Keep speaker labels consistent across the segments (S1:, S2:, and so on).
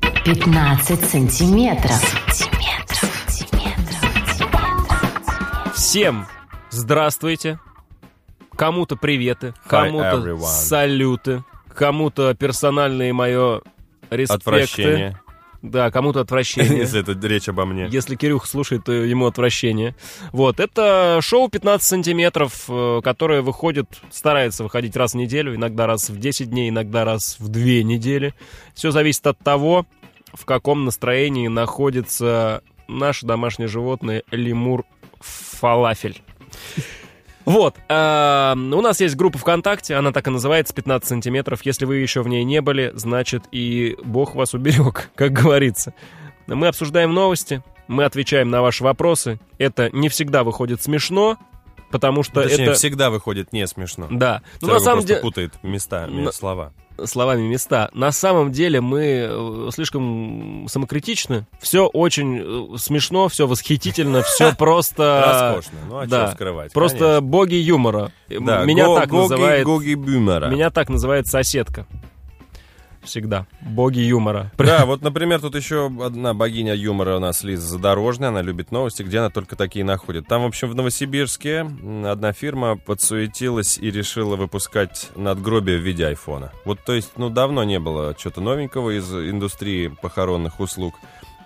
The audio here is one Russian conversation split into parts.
S1: 15 сантиметров.
S2: Всем здравствуйте. Кому-то приветы,
S3: Hi,
S2: кому-то
S3: everyone.
S2: салюты, кому-то персональное мое респекты.
S3: Отвращение.
S2: Да, кому-то отвращение.
S3: Если это речь обо мне.
S2: Если Кирюх слушает, то ему отвращение. Вот, это шоу 15 сантиметров, э, которое выходит, старается выходить раз в неделю, иногда раз в 10 дней, иногда раз в 2 недели. Все зависит от того, в каком настроении находится наше домашнее животное лемур фалафель. Вот, э, у нас есть группа ВКонтакте, она так и называется, 15 сантиметров. Если вы еще в ней не были, значит и бог вас уберег, как говорится. Мы обсуждаем новости, мы отвечаем на ваши вопросы. Это не всегда выходит смешно, потому что
S3: Ну, Точнее,
S2: это...
S3: всегда выходит не смешно.
S2: Да, ну на
S3: Серега
S2: самом
S3: просто
S2: деле...
S3: путает места, м-
S2: На-
S3: слова.
S2: словами места. На самом деле мы э, слишком самокритичны. Все очень э, смешно, все восхитительно, все просто...
S3: Роскошно. Ну, а
S2: да.
S3: чё скрывать?
S2: Просто боги юмора. Э,
S3: конечно. Да,
S2: Меня
S3: го-
S2: так
S3: гоги-
S2: называет...
S3: Гоги Бюмера.
S2: Меня так называет соседка. Всегда. Боги юмора.
S3: Да, вот, например, тут еще одна богиня юмора у нас, Лиза Задорожная, она любит новости, где она только такие находит. Там, в общем, в Новосибирске м, одна фирма подсуетилась и решила выпускать надгробие в виде айфона. Вот, то есть, ну, давно не было чего-то новенького из индустрии похоронных услуг.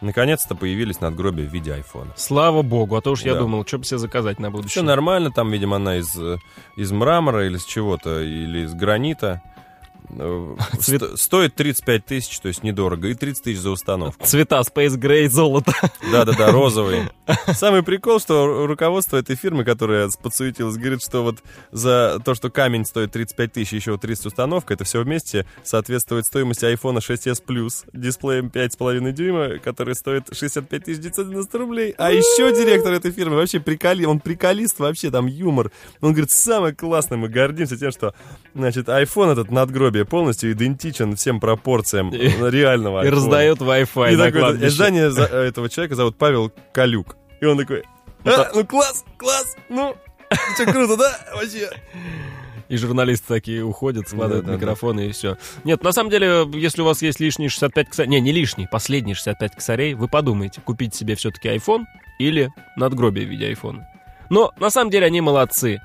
S3: Наконец-то появились надгробия в виде айфона.
S2: Слава богу, а то уж я
S3: Да.
S2: думал, что бы себе заказать на
S3: Все
S2: будущее.
S3: нормально, там, видимо, она из, э, из мрамора или из чего-то, или из гранита. Э,
S2: Цвет-
S3: сто- Стоит 35 тысяч, то есть недорого, и 30 тысяч за установку.
S2: Цвета Space Gray, золото.
S3: Да-да-да, розовый. Самый прикол, что ру- руководство этой фирмы, которая с- подсуетилась, говорит, что вот за то, что камень стоит 35 тысяч, еще 30 установка, это все вместе соответствует стоимости iPhone 6s Plus, дисплеем 5,5 дюйма, который стоит 65 990 рублей. А еще директор этой фирмы вообще приколи, он приколист вообще, там юмор. Он говорит, самое классное, мы гордимся тем, что, значит, iPhone этот надгробие полностью идентичен всем пропорциям
S2: И-
S3: реального
S2: И
S3: iPhone.
S2: раздает Wi-Fi
S3: И
S2: на
S3: такой,
S2: кладбище.
S3: издание за- э, этого человека зовут Павел Калюк. И он такой, «А, ну класс, класс, ну, все круто, да, вообще.
S2: И журналисты такие уходят, складывают
S3: Да-да-да.
S2: микрофоны и все. Нет, на самом деле, если у вас есть лишние 65 косарей... Не, не лишний, последние 65 косарей, вы подумаете, купить себе все-таки iPhone или надгробие в виде айфона. Но на самом деле они молодцы.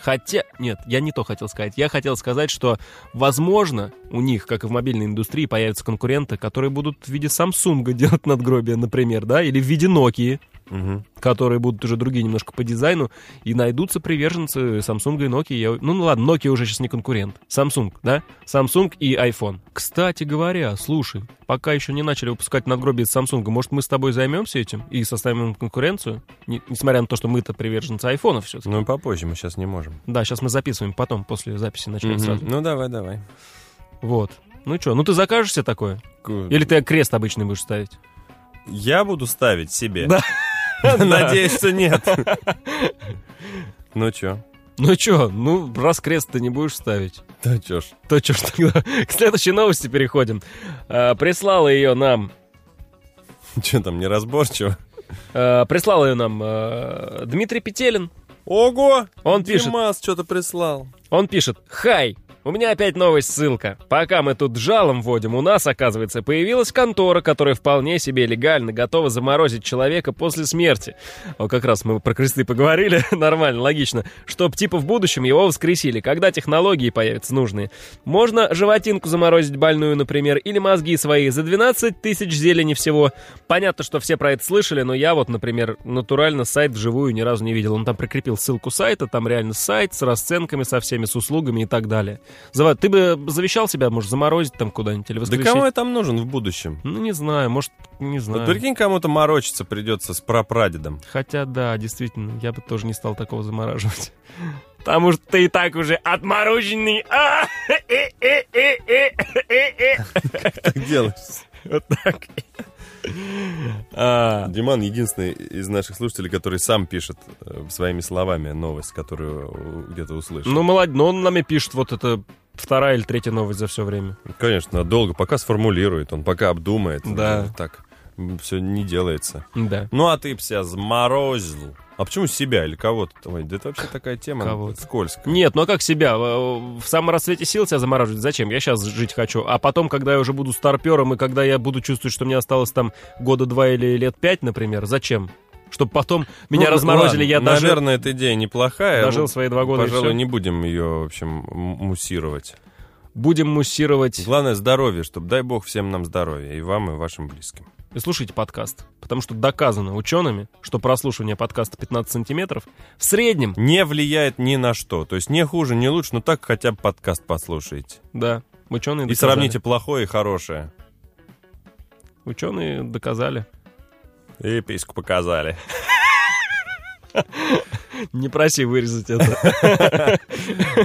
S2: Хотя... Нет, я не то хотел сказать. Я хотел сказать, что, возможно, у них, как и в мобильной индустрии, появятся конкуренты, которые будут в виде Samsung делать надгробие, например, да, или в виде Nokia которые будут уже другие немножко по дизайну, и найдутся приверженцы Samsung и Nokia. Я- Ну, ну ладно, Nokia уже сейчас не конкурент. Samsung, да? Samsung и iPhone. Кстати говоря, слушай, пока еще не начали выпускать надгробие от Samsung, может, мы с тобой займемся этим и составим им конкуренцию? Не- несмотря на то, что мы-то приверженцы айфонов все
S3: Ну, попозже, мы сейчас не можем.
S2: Да, сейчас мы записываем, потом, после записи начнем сразу.
S3: Ну, давай, давай.
S2: Вот. Ну что, ну ты закажешь себе такое? Или ты крест обычный будешь ставить?
S3: Я буду ставить себе.
S2: Да.
S3: Надеюсь, что нет. Ну, чё?
S2: Ну что, ну раз крест ты не будешь ставить,
S3: Да чё ж.
S2: То что ж тогда? К следующей новости переходим. Э, Прислала ее нам...
S3: Чё там, неразборчиво?
S2: э, Прислал ее нам э, Дмитрий Петелин.
S3: Ого!
S2: Он пишет.
S3: Димас что-то прислал.
S2: Он пишет «Хай!» У меня опять новая ссылка. Пока мы тут жалом вводим, у нас, оказывается, появилась контора, которая вполне себе легально готова заморозить человека после смерти. О, как раз мы про кресты поговорили, нормально, логично. Чтоб типа в будущем его воскресили, когда технологии появятся нужные. Можно животинку заморозить больную, например, или мозги свои за 12 тысяч зелени всего. Понятно, что все про это слышали, но я вот, например, натурально сайт вживую ни разу не видел. Он там прикрепил ссылку сайта, там реально сайт с расценками, со всеми, с услугами и так далее. Зава, ты бы завещал себя, может, заморозить там куда-нибудь или
S3: Да
S2: воскрешить?
S3: кому я там нужен в будущем?
S2: Ну, не знаю, может, не
S3: Вот
S2: знаю.
S3: прикинь, кому-то морочиться придется с прапрадедом.
S2: Хотя, да, действительно, я бы тоже не стал такого замораживать. Потому что ты и так уже отмороженный. А, э, э, э, э, э, э.
S3: Так делаешь.
S2: Вот так. А,
S3: Диман единственный из наших слушателей, который сам пишет э, своими словами новость, которую э, где-то услышал.
S2: Ну, молодец, но он нам и пишет вот это вторая или третья новость за все время.
S3: конечно, долго, пока сформулирует, он пока обдумает.
S2: Да.
S3: Ну, Так, все не делается.
S2: Да.
S3: Ну, а ты б себя заморозил. А почему себя или кого-то? Ой, да это вообще такая тема
S2: Кого-то.
S3: скользкая.
S2: Нет, ну а как себя? Э, В самом расцвете сил себя замораживать? Зачем? Я сейчас жить хочу. А потом, когда я уже буду старпером, и когда я буду чувствовать, что мне осталось там года два или лет пять, например, зачем? Чтобы потом меня
S3: Ну,
S2: разморозили,
S3: ладно,
S2: я дожил,
S3: Наверное, эта идея неплохая.
S2: дожил
S3: Ну,
S2: свои два года и
S3: Пожалуй,
S2: всё.
S3: не будем ее, в общем, м- муссировать.
S2: Будем муссировать.
S3: Главное здоровье, чтобы, дай бог, всем нам здоровья. И вам, и вашим близким.
S2: И слушайте подкаст. Потому что доказано учеными, что прослушивание подкаста 15 сантиметров в среднем,
S3: Не влияет ни на что. То есть не хуже, не лучше, но так хотя бы подкаст послушайте.
S2: да, ученые
S3: И сравните плохое и хорошее.
S2: Ученые доказали.
S3: И письку показали.
S2: Не проси вырезать это.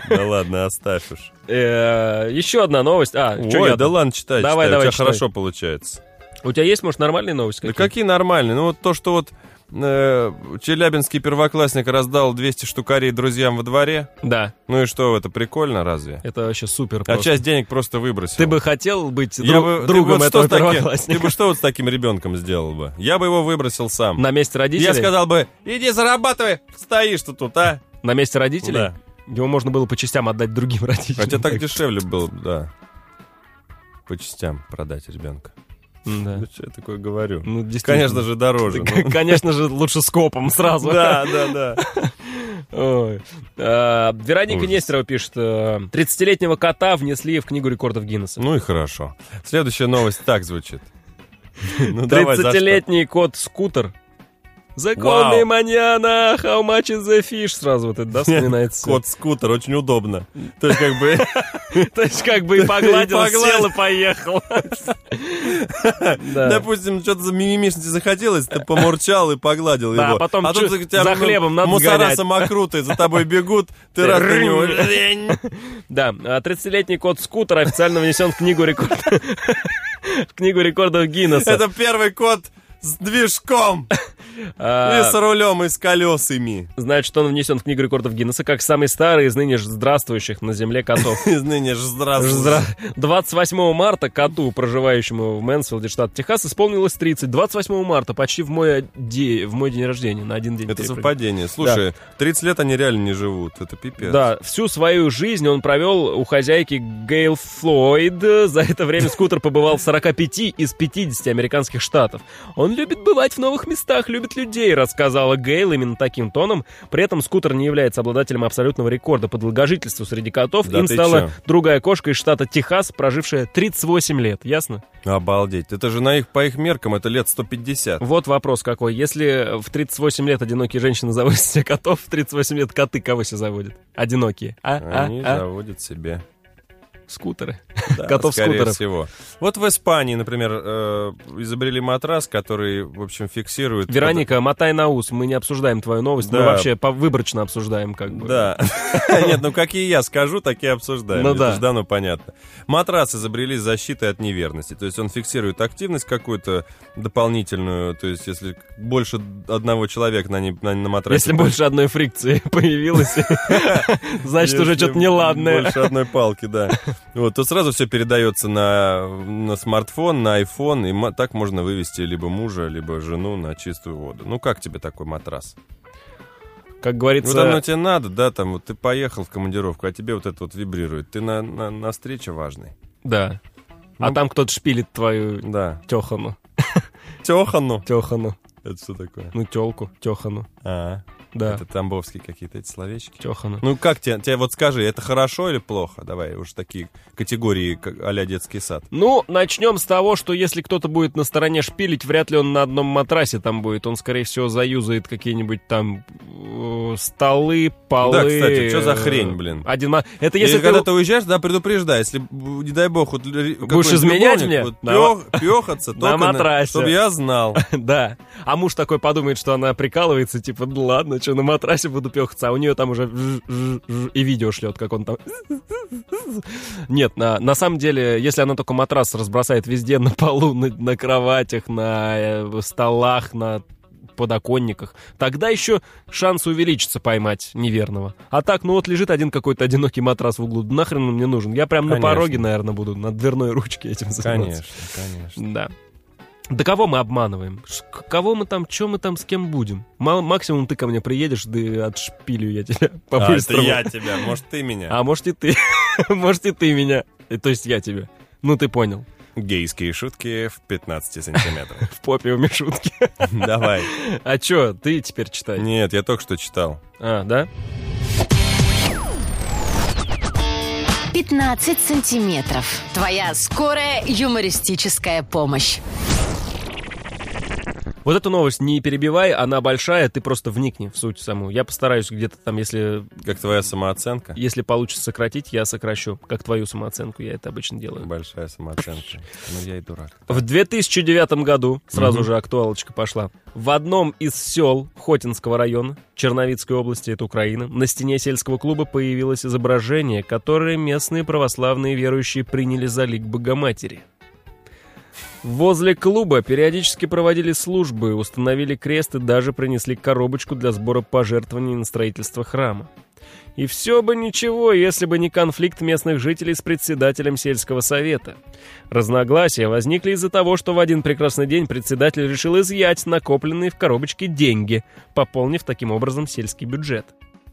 S3: Да ладно, оставь уж.
S2: Э, Еще одна новость. А, чё
S3: Ой,
S2: я
S3: да
S2: там?
S3: ладно, читай,
S2: Давай,
S3: читай, у
S2: давай,
S3: тебя
S2: читай.
S3: хорошо получается.
S2: У тебя есть, может, нормальные новости?
S3: Да
S2: какие-то?
S3: какие нормальные? Ну вот то, что вот э, челябинский первоклассник раздал 200 штукарей друзьям во дворе.
S2: Да,
S3: Ну и что, это прикольно разве?
S2: это вообще супер.
S3: А
S2: просто.
S3: часть денег просто выбросил.
S2: Ты бы хотел быть
S3: Я
S2: друг-
S3: бы- ты
S2: другом
S3: бы вот что
S2: этого
S3: с таким-
S2: первоклассника?
S3: Ты бы что вот с таким ребенком сделал бы? Я бы его выбросил сам.
S2: На месте родителей?
S3: Я сказал бы, иди зарабатывай, стоишь ты тут, а?
S2: На месте родителей?
S3: Да.
S2: Его можно было по частям отдать другим родителям.
S3: Хотя так дешевле было, бы, да. По частям продать ребенка.
S2: Да.
S3: Ну что я такое говорю?
S2: Ну, действительно.
S3: Конечно же, дороже. ну.
S2: Конечно же, лучше скопом сразу.
S3: Да, да, да.
S2: Ой. А, Вероника
S3: Ужас.
S2: Нестерова пишет, э, 30-летнего кота внесли в Книгу рекордов Гиннесса.
S3: Ну и хорошо. Следующая новость так звучит. Ну, давай, за что?
S2: 30-летний кот-скутер. Законный
S3: Вау.
S2: маньяна, how much is the fish? Сразу вот это, да, вспоминается?
S3: Кот-скутер, очень удобно. То есть, как бы,
S2: То есть как бы и погладил,
S3: погладил.
S2: сел и поехал. Да.
S3: допустим, что-то за мимимишности захотелось, ты помурчал и погладил
S2: Да,
S3: его.
S2: а потом
S3: тут
S2: чё,
S3: у тебя
S2: за
S3: м-
S2: хлебом надо
S3: Мусора
S2: сгонять.
S3: самокруты за тобой бегут, ты раз на него...
S2: Да, а 30-летний кот Скутер официально внесен в Книгу рекордов. В Книгу рекордов Гиннесса.
S3: Это первый кот с движком
S2: А,
S3: и с рулем, и с колесами.
S2: Значит, он внесен в Книгу рекордов Гиннесса как самый старый из ныне ж здравствующих на земле котов.
S3: Из ныне ж
S2: Здра-
S3: здравствуй.
S2: 28 марта коту, проживающему в Мэнсфилде, штат Техас, исполнилось 30. 28 марта, почти в мой, де- в мой день рождения, на один день.
S3: Это
S2: перепрыгнул.
S3: совпадение. Слушай, 30 лет они реально не живут. Это пипец.
S2: Да, всю свою жизнь он провел у хозяйки Гейл Флойд. За это время скутер побывал в 45 из 50 американских штатов. Он любит бывать в новых местах, любит людей, рассказала Гейл именно таким тоном. При этом скутер не является обладателем абсолютного рекорда по долгожительству среди котов.
S3: Да
S2: Им
S3: ты чё?
S2: стала другая кошка из штата Техас, прожившая 38 лет, ясно?
S3: Обалдеть. Это же на их, по их меркам это лет 150.
S2: Вот вопрос какой. Если в 38 лет одинокие женщины заводят себе котов, в 38 лет коты кого себе заводят? Одинокие. А, а,
S3: Они
S2: а?
S3: заводят себе
S2: Скутеры.
S3: да,
S2: Котов
S3: скорее
S2: скутеров.
S3: всего. Вот в Испании, например, э, изобрели матрас, который, в общем, фиксирует...
S2: Вероника, мотай на ус, мы не обсуждаем твою новость, мы
S3: Да.
S2: вообще по- выборочно обсуждаем как бы.
S3: Да. Нет, ну какие я скажу, такие обсуждаем.
S2: Ну
S3: Это
S2: да.
S3: ж давно понятно. Матрас изобрели с защитой от неверности. То есть он фиксирует активность какую-то дополнительную. То есть если больше одного человека на, ней- на, на матрасе...
S2: Если больше одной фрикции появилось, значит уже
S3: Если
S2: что-то неладное.
S3: Больше одной палки, да. Вот, то сразу все передается на, на смартфон, на iPhone, и ма- так можно вывести либо мужа, либо жену на чистую воду. Ну, как тебе такой матрас?
S2: Как
S3: Вот оно
S2: говорится,
S3: тебе надо, да, там, вот ты поехал в командировку, а тебе вот это вот вибрирует. Ты на, на, на встрече важный.
S2: да. А
S3: Ну.
S2: там кто-то шпилит твою
S3: Да.
S2: техану.
S3: Техану.
S2: Техану.
S3: Это что такое?
S2: Ну, телку, техану.
S3: А,
S2: Да,
S3: это тамбовские какие-то эти словечки.
S2: техану.
S3: Ну, как тебе, тебе вот скажи, это хорошо или плохо? Давай, уж такие категории, как а-ля детский сад.
S2: Ну, начнем с того, что если кто-то будет на стороне шпилить, вряд ли он на одном матрасе там будет. Он, скорее всего, заюзает какие-нибудь там э, столы, полы.
S3: Да, кстати, чё за
S2: э,
S3: хрень, блин?
S2: Один ма- Это
S3: Если
S2: если
S3: когда
S2: ты...
S3: ты уезжаешь, да, предупреждай, если, б- не дай бог, вот, л- какой-нибудь
S2: изменять
S3: любовник
S2: мне?
S3: Вот,
S2: На-
S3: пёх- пёхаться
S2: на
S3: только
S2: матрасе.
S3: Чтобы я знал.
S2: Да. А муж такой подумает, что она прикалывается, типа, «Ну ладно, что, на матрасе буду пехаться, а у нее там уже жж, жж, жж, и видео шлет, как он там. Нет, на, на самом деле, если она только матрас разбросает везде на полу, на, на кроватях, на э, столах, на подоконниках, тогда еще шанс увеличится поймать неверного. А так, ну вот лежит один какой-то одинокий матрас в углу, да нахрен он мне нужен? Я прям
S3: Конечно.
S2: на пороге, наверное, буду на дверной ручке этим заниматься.
S3: конечно.
S2: Да. Да кого мы обманываем? Ш- к- Кого мы там, что мы там, с кем будем? Ма- максимум ты ко мне приедешь, да отшпилю я тебя
S3: А, это
S2: по-быстрому.
S3: я тебя, может, ты меня.
S2: А может и ты. может и ты меня. Э, То есть я тебя. Ну ты понял.
S3: Гейские шутки в 15 сантиметрах.
S2: В попе у Мишутки.
S3: Давай.
S2: а чё, ты теперь читай.
S3: Нет, я только что читал.
S2: А, да?
S1: 15 сантиметров. Твоя скорая юмористическая помощь.
S2: Вот эту новость не перебивай, она большая, ты просто вникни в суть саму. Я постараюсь где-то там, если,
S3: Как твоя самооценка?
S2: если получится сократить, я сокращу. Как твою самооценку, я это обычно делаю.
S3: Большая самооценка. Ну, я и дурак.
S2: В 2009 году, сразу
S3: Мгм.
S2: же актуалочка пошла, в одном из сел Хотинского района, Черновицкой области, это Украина, на стене сельского клуба появилось изображение, которое местные православные верующие приняли за лик Богоматери. Возле клуба периодически проводили службы, установили крест и даже принесли коробочку для сбора пожертвований на строительство храма. И все бы ничего, если бы не конфликт местных жителей с председателем сельского совета. Разногласия возникли из-за того, что в один прекрасный день председатель решил изъять накопленные в коробочке деньги, пополнив таким образом сельский бюджет.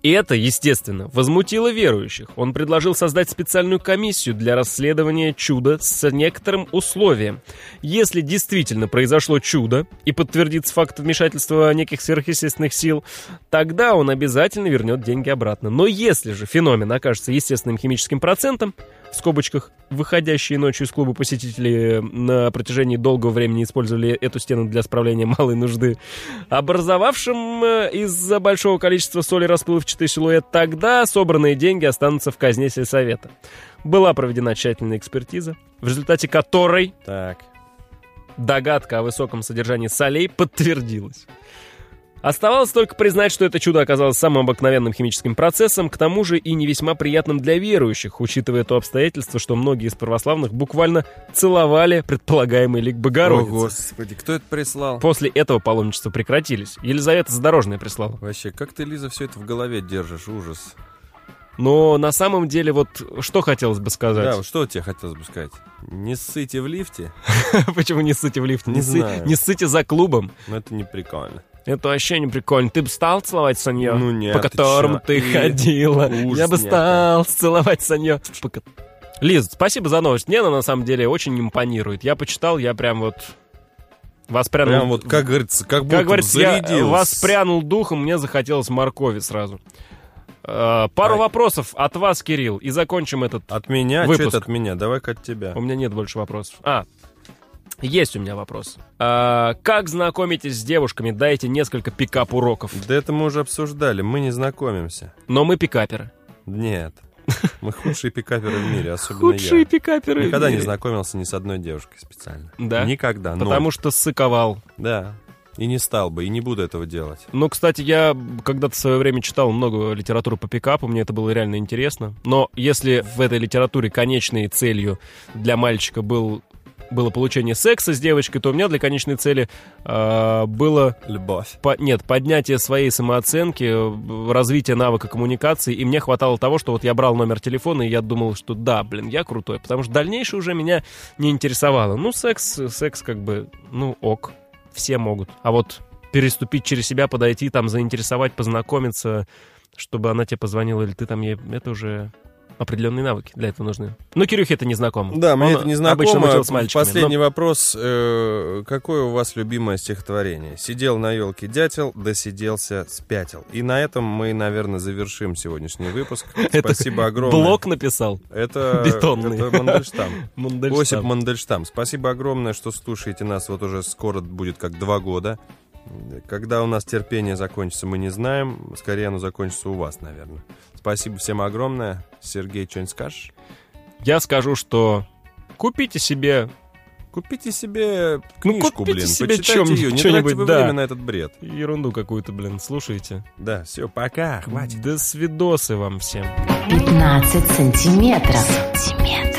S2: И это, естественно, возмутило верующих. Он предложил создать специальную комиссию для расследования чуда с некоторым условием. Если действительно произошло чудо и подтвердится факт вмешательства неких сверхъестественных сил, тогда он обязательно вернет деньги обратно. Но если же феномен окажется естественным химическим процентом, в скобочках, выходящие ночью из клуба посетители эм, на протяжении долгого времени использовали эту стену для справления малой нужды, образовавшим э, из-за большого количества соли расплывчатый силуэт, тогда собранные деньги останутся в казне сельсовета. Была проведена тщательная экспертиза, в результате которой
S3: Так.
S2: догадка о высоком содержании солей подтвердилась. Оставалось только признать, что это чудо оказалось самым обыкновенным химическим процессом, к тому же и не весьма приятным для верующих, учитывая то обстоятельство, что многие из православных буквально целовали предполагаемый лик Богородицы.
S3: Господи, кто это прислал?
S2: После этого паломничества прекратились. Елизавета Задорожная прислала.
S3: Вообще, как ты, Лиза, все это в голове держишь? Ужас.
S2: Но на самом деле, вот что хотелось бы
S3: Да,
S2: сказать.
S3: вот что тебе хотелось бы сказать? Не ссыте в лифте,
S2: Почему не ссыте в лифте? Не,
S3: Не
S2: ссы-
S3: знаю.
S2: не ссыте за клубом.
S3: но это не прикольно.
S2: Это вообще не прикольно. Ты бы стал целовать Санье,
S3: Ну нет,
S2: по
S3: ты
S2: которому
S3: чё?
S2: ты,
S3: И-
S2: ходила?
S3: Ужас
S2: Я бы
S3: некий.
S2: стал целовать Санье. по ко- Лиз, спасибо за новость. Мне она на самом деле очень импонирует. Я почитал, я прям вот воспрянул.
S3: Прям вот, как говорится, ну, как будто
S2: как говорится, я э,
S3: зарядился.
S2: воспрянул духом, мне захотелось моркови сразу. Э, Пару
S3: Так.
S2: вопросов от вас, Кирилл, и закончим этот.
S3: От меня?
S2: Выпуск.
S3: Что это от меня? Давай-ка от тебя.
S2: У меня нет больше вопросов. А, есть у меня вопрос. А, как знакомитесь с девушками? Дайте несколько пикап-уроков.
S3: Да это мы уже обсуждали, мы не знакомимся.
S2: Но мы пикаперы.
S3: Нет. Мы худшие пикаперы в мире, особенно
S2: Худшие
S3: я.
S2: пикаперы.
S3: Никогда
S2: в
S3: не
S2: мире.
S3: знакомился ни с одной девушкой специально.
S2: Да?
S3: Никогда. ноль.
S2: Потому что сыковал.
S3: Да. И не стал бы, и не буду этого делать.
S2: Ну, кстати, я когда-то в свое время читал много литературы по пикапу, мне это было реально интересно. Но если в этой литературе конечной целью для мальчика был, было получение секса с девочкой, то у меня для конечной цели э, было...
S3: Любовь.
S2: по- нет, поднятие своей самооценки, э, развитие навыка коммуникации, и мне хватало того, что вот я брал номер телефона, и я думал, что да, блин, я крутой, потому что дальнейшее уже меня не интересовало. Ну, секс, секс как бы, ну, ок, все могут. А вот переступить через себя, подойти, там, заинтересовать, познакомиться, чтобы она тебе позвонила, или ты там ей, это уже определенные навыки для этого нужны. Ну, Кирюхе это не знакомо.
S3: Да, мне
S2: Он
S3: это не
S2: Обычно
S3: знакомо.
S2: мутил с мальчиками.
S3: Последний вопрос. э, Какое у вас любимое стихотворение? «Сидел на елке дятел, досиделся, спятил». И на этом мы, наверное, завершим сегодняшний выпуск. Спасибо
S2: но
S3: огромное.
S2: Блок написал.
S3: Это,
S2: бетонный.
S3: это Мандельштам.
S2: Мандельштам.
S3: Осип Мандельштам. Спасибо огромное, что слушаете нас. Вот уже скоро будет как два года. Когда у нас терпение закончится, мы не знаем. Скорее оно закончится у вас, наверное. Спасибо всем огромное. Сергей, что-нибудь скажешь?
S2: Я скажу, что купите себе
S3: Купите себе
S2: Ну,
S3: книжку,
S2: купите
S3: блин.
S2: себе
S3: почитайте
S2: чем-
S3: ее. Не
S2: что-нибудь,
S3: тратьте вы
S2: да.
S3: время на этот бред.
S2: ерунду какую-то, блин, слушайте.
S3: Да, все, пока, хватит.
S2: До свидосы вам всем.
S1: 15 сантиметров. Сантиметров.